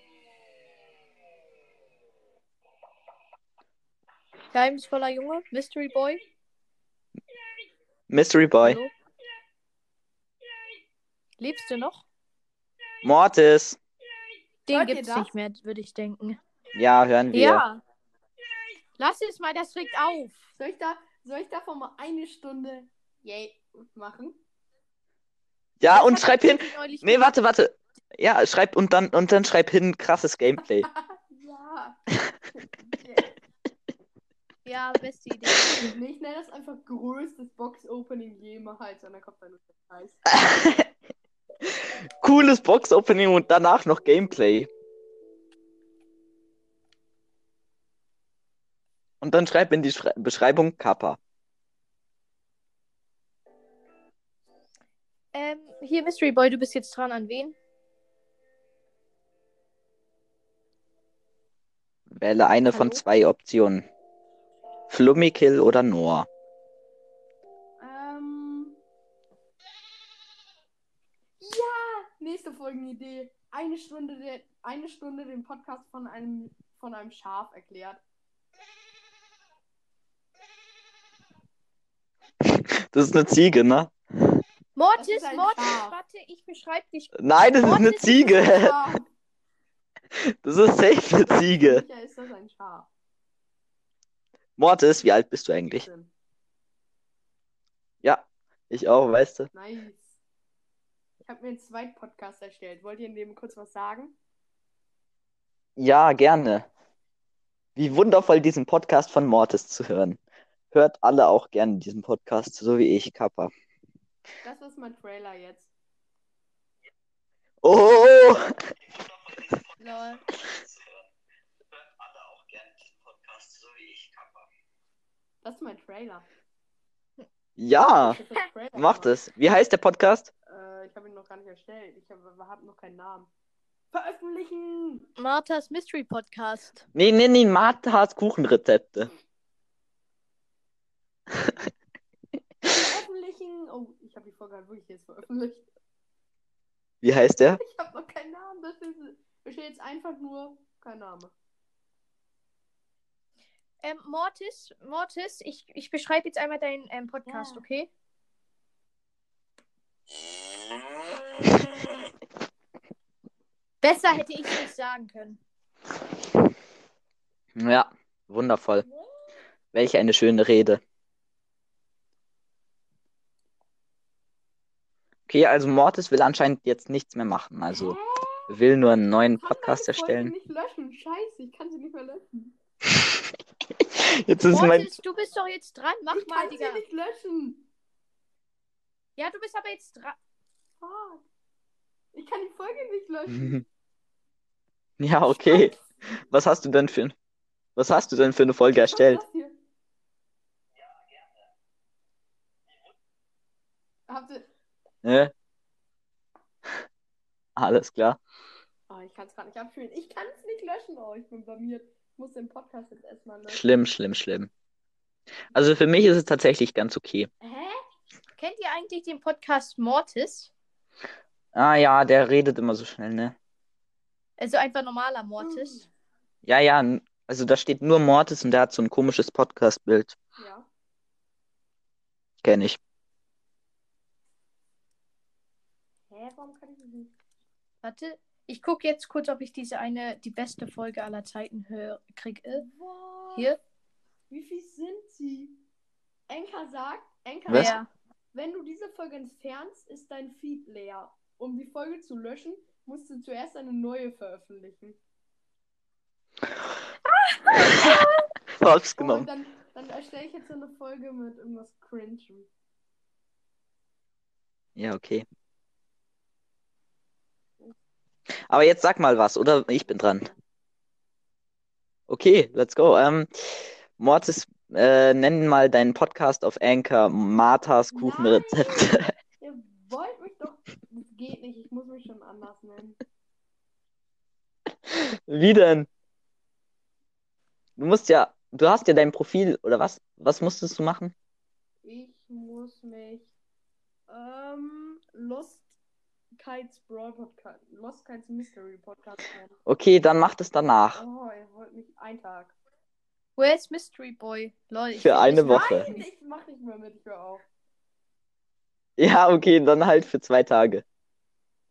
Speaker 1: Geheimnisvoller Junge, Mystery Boy.
Speaker 3: Mystery Boy.
Speaker 1: Hallo. Lebst du noch?
Speaker 3: Mortis.
Speaker 1: Den
Speaker 5: Hört ihr
Speaker 1: gibt's
Speaker 5: das?
Speaker 1: nicht mehr, würde ich denken.
Speaker 3: Ja, hören wir.
Speaker 1: Ja. Lass es mal, das regt auf.
Speaker 5: Soll ich, da, soll ich davon mal eine Stunde yay machen?
Speaker 3: Ja,
Speaker 1: Das
Speaker 3: und
Speaker 1: hat
Speaker 3: schreib
Speaker 1: mein
Speaker 3: hin.
Speaker 1: Kumpel neulich
Speaker 3: Nee,
Speaker 1: gemacht.
Speaker 3: warte, warte. Ja, schreib und dann und dann schreib hin krasses Gameplay.
Speaker 5: Ja.
Speaker 1: Ja, beste Idee.
Speaker 5: Nee, ich nenne das einfach größtes Box-Opening jemals. Und dann kommt dann nur der Scheiß.
Speaker 3: Cooles Box Opening und danach noch Gameplay. Und dann schreib in die Schre Beschreibung Kappa.
Speaker 1: Ähm, hier, Mystery Boy, du bist jetzt dran. An wen?
Speaker 3: Wähle eine von
Speaker 1: Hallo?
Speaker 3: zwei Optionen. Flummikill oder Noah.
Speaker 5: Ähm. Ja! Nächste Folgenidee. Eine Stunde, der, eine Stunde den Podcast von einem, von einem Schaf erklärt.
Speaker 3: Das ist eine Ziege, ne?
Speaker 5: Das
Speaker 1: Mortis,
Speaker 5: ist ein
Speaker 1: Mortis,
Speaker 5: Schaf.
Speaker 1: warte, ich beschreibe dich.
Speaker 3: Nein, das ist eine
Speaker 1: Mortis ist
Speaker 5: Ein
Speaker 3: Ziege.
Speaker 5: Schaf.
Speaker 3: Das ist safe eine Ziege.
Speaker 5: Sicher ist das ein Schaf.
Speaker 3: Mortis, wie alt bist du eigentlich?
Speaker 5: Sinn.
Speaker 3: Ja, ich auch, weißt du.
Speaker 5: Nice. Ich habe mir einen zweiten Podcast erstellt. Wollt ihr in dem kurz was sagen?
Speaker 3: Ja, gerne. Wie wundervoll, diesen Podcast von Mortis zu hören. Hört alle auch gerne diesen Podcast, so wie ich, Kappa.
Speaker 5: Das ist mein Trailer jetzt.
Speaker 3: Oh, oh, oh.
Speaker 1: Lol.
Speaker 5: Das ist mein Trailer.
Speaker 3: ja,
Speaker 5: Das ist mein Trailer
Speaker 3: macht es. Wie heißt der Podcast?
Speaker 5: Äh, ich habe ihn noch gar nicht erstellt. Ich habe hab noch keinen Namen. Veröffentlichen!
Speaker 1: Marthas Mystery Podcast.
Speaker 3: Nee, nee, nee, Marthas Kuchenrezepte.
Speaker 5: Veröffentlichen! Oh, ich habe die Folge halt wirklich jetzt veröffentlicht.
Speaker 3: Wie heißt der?
Speaker 5: Ich habe noch keinen Namen. Das ist, da steht jetzt einfach nur kein Name.
Speaker 1: Ähm, Mortis, Mortis, ich, ich beschreibe jetzt einmal deinen ähm, Podcast,
Speaker 4: Ja.
Speaker 1: okay? Besser hätte ich nicht sagen können.
Speaker 3: Ja, wundervoll. Welch eine schöne Rede. Okay, also Mortis will anscheinend jetzt nichts mehr machen. Also will nur einen neuen Podcast
Speaker 5: Ich wollte sie
Speaker 3: erstellen.
Speaker 5: nicht löschen. Scheiße, ich kann sie nicht mehr löschen.
Speaker 3: Jetzt ist mein.
Speaker 1: Mortis, du bist doch jetzt dran. Mach
Speaker 5: ich
Speaker 1: mal,
Speaker 5: kann
Speaker 1: Digga.
Speaker 5: sie nicht löschen.
Speaker 1: Ja, du bist aber jetzt dran.
Speaker 5: Fuck. Ich kann die Folge nicht
Speaker 3: Mhm.
Speaker 5: löschen.
Speaker 3: Ja, okay. Was hast du denn für ein... Was hast du denn für eine Folge
Speaker 5: Was ist
Speaker 3: erstellt?
Speaker 5: das hier? Habt ihr...
Speaker 3: Ne? Alles klar.
Speaker 5: Ah, ich kann es gerade nicht abspielen. Ich kann es nicht löschen. Oh, ich bin blamiert. Ich muss den Podcast jetzt erstmal löschen.
Speaker 3: Schlimm, schlimm, schlimm. Also für mich ist es tatsächlich ganz okay.
Speaker 5: Hä?
Speaker 1: Kennt ihr eigentlich den Podcast Mortis?
Speaker 3: Ah ja, der redet immer so schnell, ne?
Speaker 1: Also einfach normaler Mortis.
Speaker 3: Ja, ja, n- also da steht nur Mortis und der hat so ein komisches Podcast-Bild.
Speaker 5: Ja.
Speaker 3: Kenne ich.
Speaker 5: Hä, warum kann ich das nicht?
Speaker 1: Warte, ich gucke jetzt kurz, ob ich diese eine, die beste Folge aller Zeiten hör, kriege.
Speaker 5: Wow.
Speaker 1: Hier.
Speaker 5: Wie viel sind sie? Enka sagt, Enka
Speaker 3: Was?
Speaker 5: sagt, wenn du diese Folge entfernst, ist dein Feed leer. Um die Folge zu löschen, musst du zuerst eine neue veröffentlichen.
Speaker 3: Hab's
Speaker 5: Oh,
Speaker 3: genommen.
Speaker 5: und dann, dann erstelle ich jetzt so eine Folge mit irgendwas cringy.
Speaker 3: Ja, okay. Aber jetzt sag mal was, oder? Ich bin dran. Okay, let's go. Ähm, Mortis, äh, nenn mal deinen Podcast auf Anchor Marthas Kuchenrezepte.
Speaker 5: Ihr wollt mich doch. Das geht nicht, ich muss mich schon anders nennen.
Speaker 3: Wie denn? Du musst ja, du hast ja dein Profil, oder was? Was musstest du machen?
Speaker 5: Ich muss mich. Ähm, Lost Kites Broad Podcast. Lost Kites Mystery Podcast nennen.
Speaker 3: Okay, dann mach das danach.
Speaker 5: Oh, ihr wollt mich einen Tag.
Speaker 1: Where's Mystery Boy? Lol. ich-
Speaker 3: Für eine
Speaker 1: ich-
Speaker 3: Woche.
Speaker 5: Nein, ich mach nicht mehr mit, ich hör auf.
Speaker 3: Ja, okay, dann halt für zwei Tage.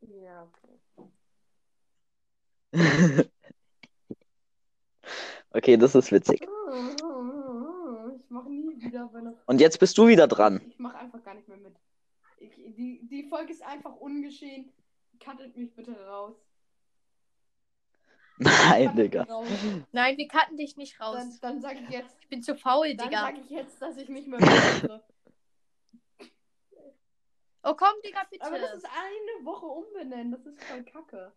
Speaker 5: Ja, okay.
Speaker 3: Okay, das ist witzig.
Speaker 5: Ich mach nie wieder bei einer.
Speaker 3: Und jetzt bist du wieder dran.
Speaker 5: Ich mach einfach gar nicht mehr mit. Ich, die, die Folge ist einfach ungeschehen. Cuttet mich bitte raus.
Speaker 3: Nein,
Speaker 5: Cuttet mich
Speaker 3: Digga.
Speaker 5: raus.
Speaker 1: Nein, wir cutten dich nicht raus.
Speaker 5: Dann, dann sag ich jetzt,
Speaker 1: ich bin zu faul,
Speaker 5: dann
Speaker 1: Digga.
Speaker 5: sag ich jetzt, dass ich nicht mehr mitmache.
Speaker 1: Oh komm, Digga, bitte.
Speaker 5: Aber das ist eine Woche umbenennen, das ist voll kacke.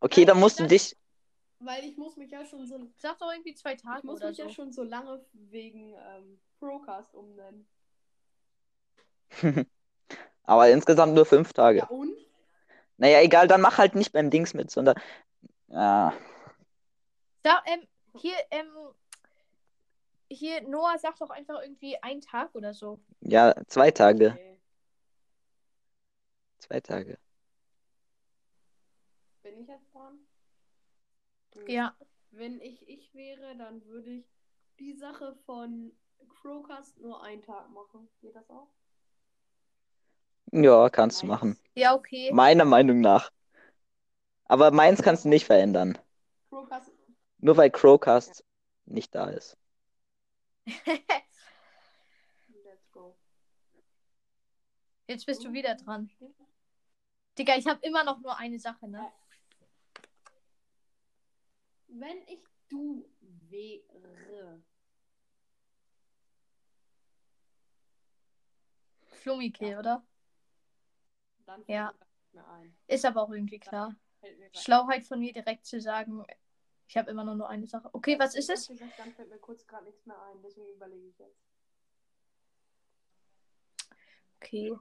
Speaker 3: Okay, dann musst du dich.
Speaker 5: Weil ich muss mich ja schon so,
Speaker 1: Sag doch irgendwie zwei
Speaker 5: ich
Speaker 1: Tage
Speaker 5: muss
Speaker 1: oder
Speaker 5: mich
Speaker 1: so.
Speaker 5: ja schon so lange wegen ähm, Procast umbenennen.
Speaker 3: Aber insgesamt nur fünf Tage.
Speaker 5: Ja und?
Speaker 3: Naja, egal, dann mach halt nicht beim Dings mit, sondern. ah, Ja,
Speaker 1: Sag, ähm, hier, ähm, hier, Noah sagt doch einfach irgendwie einen Tag oder so.
Speaker 3: ja, zwei Tage.
Speaker 5: Okay.
Speaker 3: Zwei Tage.
Speaker 5: Bin ich jetzt dran? Gut.
Speaker 1: Ja.
Speaker 5: Wenn ich ich wäre, dann würde ich die Sache von Crowcast nur einen Tag machen. Geht das auch?
Speaker 3: Ja, kannst du
Speaker 5: Nice.
Speaker 3: machen.
Speaker 1: Ja, okay.
Speaker 3: Meiner Meinung nach. Aber meins kannst du nicht verändern.
Speaker 5: Crowcast.
Speaker 3: Nur weil Crowcast nicht da ist.
Speaker 5: Let's go.
Speaker 1: Jetzt bist du wieder dran. Digga, ich habe immer noch nur eine Sache, ne?
Speaker 5: Wenn ich du wäre.
Speaker 1: Flummikill, oder?
Speaker 5: Dann fällt
Speaker 1: Ja.
Speaker 5: mir das nicht mehr ein.
Speaker 1: Ist aber auch irgendwie klar.
Speaker 5: Fällt mir grad-
Speaker 1: Schlauheit von mir direkt zu sagen, ich habe immer noch nur eine Sache. Okay, was ist
Speaker 5: Ich hab
Speaker 1: es?
Speaker 5: gesagt, Dann fällt mir kurz gerade nichts mehr ein, deswegen überlege ich jetzt.
Speaker 1: Okay.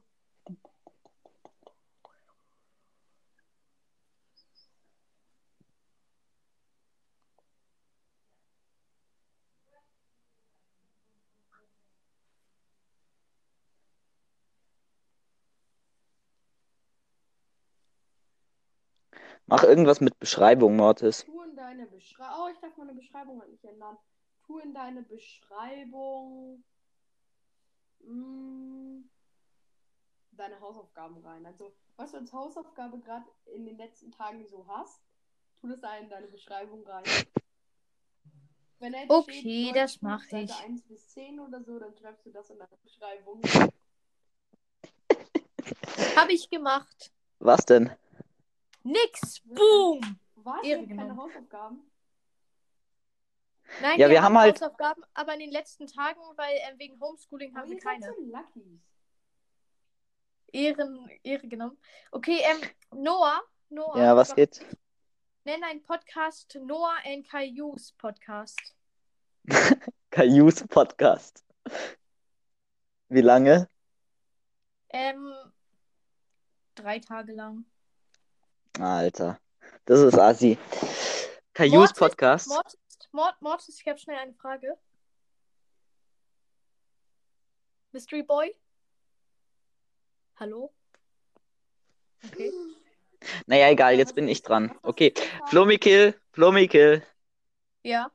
Speaker 3: Mach irgendwas mit Beschreibung, Mortis.
Speaker 5: Du und deine Beschreibung. Oh, ich darf meine Beschreibung halt nicht ändern. tu in deine Beschreibung mm, deine Hausaufgaben rein. Also, was du als Hausaufgabe gerade in den letzten Tagen so hast, tu das da in deine Beschreibung rein. Wenn da jetzt
Speaker 1: Okay,
Speaker 5: steht,
Speaker 1: das
Speaker 5: Deutsch,
Speaker 1: mach
Speaker 5: Seite
Speaker 1: ich.
Speaker 5: 1 bis 10 oder so, dann schreibst du das in deine Beschreibung.
Speaker 1: Habe ich gemacht.
Speaker 3: Was denn?
Speaker 1: Nix. Boom.
Speaker 5: Was? Ihr habt keine
Speaker 1: Ehrengenau.
Speaker 5: Hausaufgaben?
Speaker 1: Nein,
Speaker 3: Ja, wir haben halt-
Speaker 1: Hausaufgaben, aber in den letzten Tagen, weil äh, wegen Homeschooling haben
Speaker 5: Oh,
Speaker 1: wir
Speaker 5: ihr seid
Speaker 1: keine.
Speaker 5: So lucky.
Speaker 1: Ehren, Ehre genommen. Okay, ähm, Noah. Noah.
Speaker 3: Ja, was
Speaker 1: aber-
Speaker 3: geht?
Speaker 1: Nenn einen Podcast Noah and Caillou's Podcast.
Speaker 3: Kaius Podcast. Wie lange?
Speaker 1: Ähm, drei Tage lang.
Speaker 3: Alter. Das ist assi. Kaius
Speaker 1: Mortis-
Speaker 3: Podcast.
Speaker 1: Mortis, Mord, Mortis, ich habe schnell eine Frage. Mystery Boy? Hallo? Okay.
Speaker 3: Naja, egal,
Speaker 5: Was
Speaker 3: jetzt bin ich
Speaker 5: ist-
Speaker 3: dran.
Speaker 5: was hast du
Speaker 3: Okay.
Speaker 5: gesagt?
Speaker 3: Flumikil, Flumikil.
Speaker 1: Ja.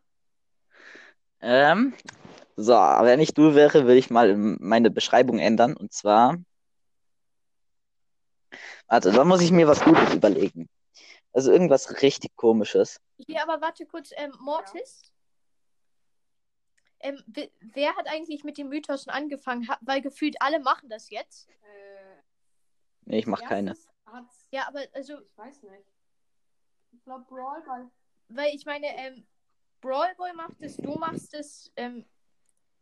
Speaker 3: Ähm, so, wenn ich du wäre, würde ich mal meine Beschreibung ändern. Und zwar. Warte, da muss ich mir was Gutes überlegen. Also irgendwas richtig Komisches.
Speaker 1: Hier, aber warte kurz. Ähm, Mortis? Ähm, we- wer hat eigentlich mit den Mythosen angefangen? Ha weil gefühlt alle machen das jetzt.
Speaker 5: Äh,
Speaker 3: Nee, ich mach keine.
Speaker 5: erstes hat's-
Speaker 1: Ja, aber also
Speaker 5: Ich weiß nicht. Ich glaube, Brawl, weil
Speaker 1: Weil ich meine, ähm, Brawl Boy macht es, du machst es, ähm,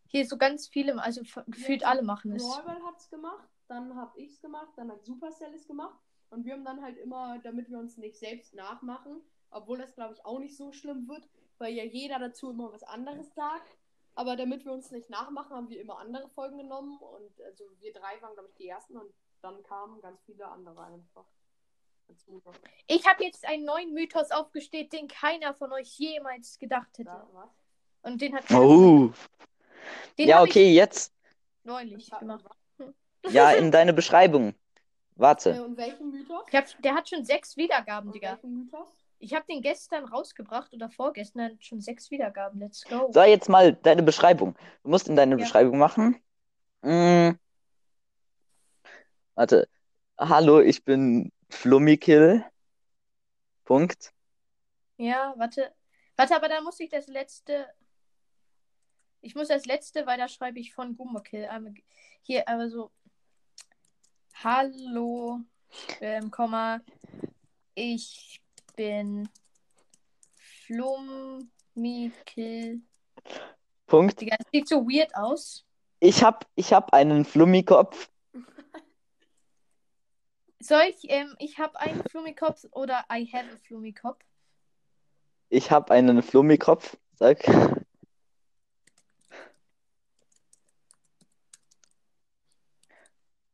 Speaker 1: hier so ganz viele, also f- gefühlt alle machen es.
Speaker 5: Brawl hat es gemacht, dann habe ich es gemacht, dann hat Supercell es gemacht. Und wir haben dann halt immer, damit wir uns nicht selbst nachmachen, obwohl das glaube ich auch nicht so schlimm wird, weil ja jeder dazu immer was anderes sagt. Aber damit wir uns nicht nachmachen, haben wir immer andere Folgen genommen. Und also wir drei waren, glaube ich, die ersten und dann kamen ganz viele andere einfach. Dazu.
Speaker 1: Ich habe jetzt einen neuen Mythos aufgestellt, den keiner von euch jemals gedacht hätte.
Speaker 5: Da, was?
Speaker 1: Und den hat
Speaker 3: Oh.
Speaker 1: den
Speaker 3: ja,
Speaker 1: hab
Speaker 3: okay, jetzt.
Speaker 1: ich neulich gemacht.
Speaker 3: Ja, in deine Beschreibung.
Speaker 5: Äh,
Speaker 3: Warte.
Speaker 5: und welchen Mythos?
Speaker 1: Ich hab, der hat schon sechs Wiedergaben,
Speaker 5: Und
Speaker 1: Digga.
Speaker 5: welchen Mythos?
Speaker 1: Ich habe den gestern rausgebracht oder vorgestern er hat schon sechs Wiedergaben. Let's go.
Speaker 3: So, jetzt mal deine Beschreibung. Du musst in deine
Speaker 1: Ja.
Speaker 3: Beschreibung machen. Mm. Warte. Hallo, ich bin Flummikill. Punkt.
Speaker 1: Ja, warte. Warte, aber dann muss ich das letzte. Ich muss das letzte, weil da schreibe ich von Gummokill. Ähm, Hier, aber so. Hallo, ähm, Komma. Ich bin Flummikill.
Speaker 3: Punkt.
Speaker 1: Digga, das sieht so weird aus.
Speaker 3: Ich hab, ich hab einen Flummikopf.
Speaker 1: Soll ich, ähm, ich habe einen Flummikopf oder I have a Flummikopf?
Speaker 3: Ich hab einen Flummikopf. Sag.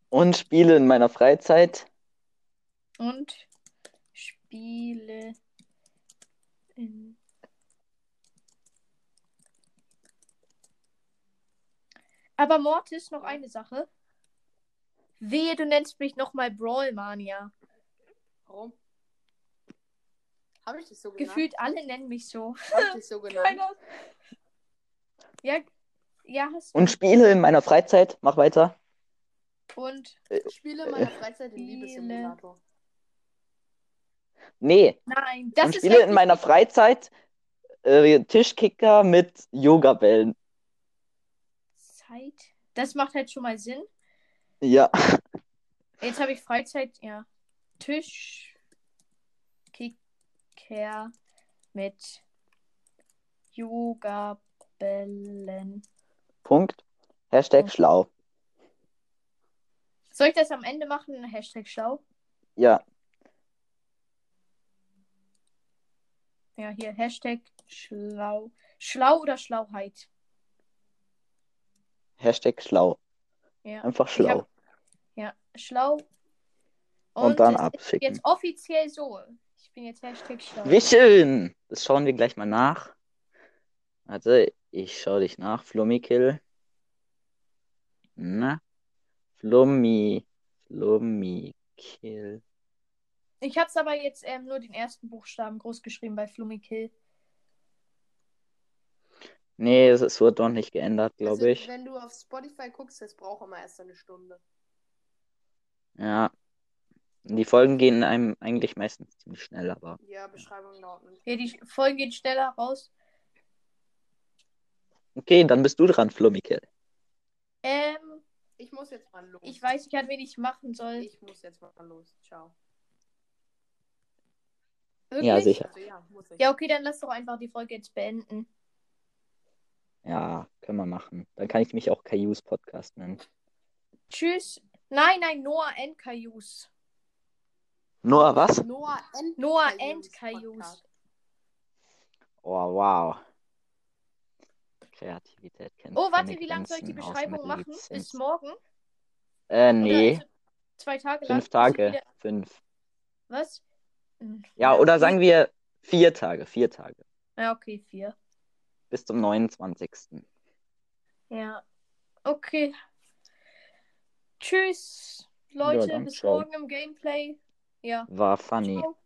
Speaker 3: Und spiele in meiner Freizeit.
Speaker 1: Und spiele in Aber Mortis, noch eine Sache. Wehe, du nennst mich nochmal Brawlmania.
Speaker 5: Warum? Habe ich das so genannt?
Speaker 1: Gefühlt alle nennen mich so.
Speaker 5: Hab ich das so genannt?
Speaker 1: Ja, ja hast du.
Speaker 3: Und spiele in meiner Freizeit. Mach weiter.
Speaker 1: Und
Speaker 3: Äh,
Speaker 5: Ich spiele in meiner Freizeit den Liebessimulator.
Speaker 3: Nee.
Speaker 1: nein, das ist halt
Speaker 3: und spiele in
Speaker 1: richtig.
Speaker 3: meiner Freizeit äh, Tischkicker mit Yogabällen.
Speaker 1: Zeit. Das macht halt schon mal Sinn.
Speaker 3: Ja.
Speaker 1: Jetzt habe ich Freizeit, ja. Tisch. Kicker mit Yoga-Bällen.
Speaker 3: Punkt. Hashtag
Speaker 1: Punkt.
Speaker 3: schlau.
Speaker 1: Soll ich das am Ende machen? Hashtag schlau.
Speaker 3: Ja.
Speaker 1: Ja, hier. Hashtag schlau. Schlau oder Schlauheit?
Speaker 3: Hashtag schlau.
Speaker 1: Ja.
Speaker 3: Einfach
Speaker 1: Ich
Speaker 3: schlau.
Speaker 1: hab, ja, schlau.
Speaker 3: Und dann
Speaker 1: es ist
Speaker 3: abschicken.
Speaker 1: Jetzt offiziell so. Ich bin jetzt Hashtag schlau.
Speaker 3: Wie schön. Das schauen wir gleich mal nach. Warte, ich schaue dich nach. Flummikill. Na? Flummi. Flummikill.
Speaker 1: Ich habe es aber jetzt ähm, nur den ersten Buchstaben groß geschrieben bei Flummikill.
Speaker 3: Nee, es, es wurde noch nicht geändert, glaube
Speaker 5: also,
Speaker 3: ich.
Speaker 5: Wenn du auf Spotify guckst, das braucht immer erst eine Stunde.
Speaker 3: Ja. Die Folgen gehen einem eigentlich meistens ziemlich schnell, aber.
Speaker 5: Ja, Beschreibung lauten.
Speaker 1: Ja, die Folgen gehen schneller raus.
Speaker 3: Okay, dann bist du dran, Flummikel.
Speaker 1: Ähm,
Speaker 5: Ich muss jetzt mal los.
Speaker 1: ich weiß nicht, an wen ich machen soll.
Speaker 5: Ich muss jetzt mal los. Ciao.
Speaker 1: Wirklich?
Speaker 3: Ja, sicher.
Speaker 5: Also ja, muss ich.
Speaker 1: Ja, okay, dann lass doch einfach die Folge jetzt beenden.
Speaker 3: Ja, können wir machen. Dann kann ich mich auch Cayus Podcast nennen.
Speaker 1: Tschüss. Nein, nein, Noah and Cayuse.
Speaker 3: Noah, was?
Speaker 5: Noah and
Speaker 1: Noah
Speaker 5: Cayuse
Speaker 1: and Cayuse.
Speaker 5: Podcast.
Speaker 3: Oh, wow. Kreativität kennt
Speaker 1: Oh, warte,
Speaker 3: keine
Speaker 1: wie lange soll ich die
Speaker 3: Grenzen,
Speaker 1: Beschreibung
Speaker 3: Hausmittel
Speaker 1: machen?
Speaker 3: gibt's
Speaker 1: Bis
Speaker 3: ins-
Speaker 1: morgen?
Speaker 3: Äh,
Speaker 1: Oder
Speaker 3: nee.
Speaker 1: also zwei Tage lang?
Speaker 3: Fünf
Speaker 1: Bis ich
Speaker 3: Tage.
Speaker 1: wieder-
Speaker 3: Fünf.
Speaker 1: Was? Hm,
Speaker 3: Ja, oder
Speaker 1: okay.
Speaker 3: sagen wir vier Tage. Vier Tage.
Speaker 1: Ja, okay, vier.
Speaker 3: Bis zum 29.
Speaker 1: Ja. Okay. Tschüss, Leute.
Speaker 3: dann
Speaker 1: bis
Speaker 3: ciao.
Speaker 1: morgen im Gameplay. Ja.
Speaker 3: War funny.
Speaker 1: Ciao.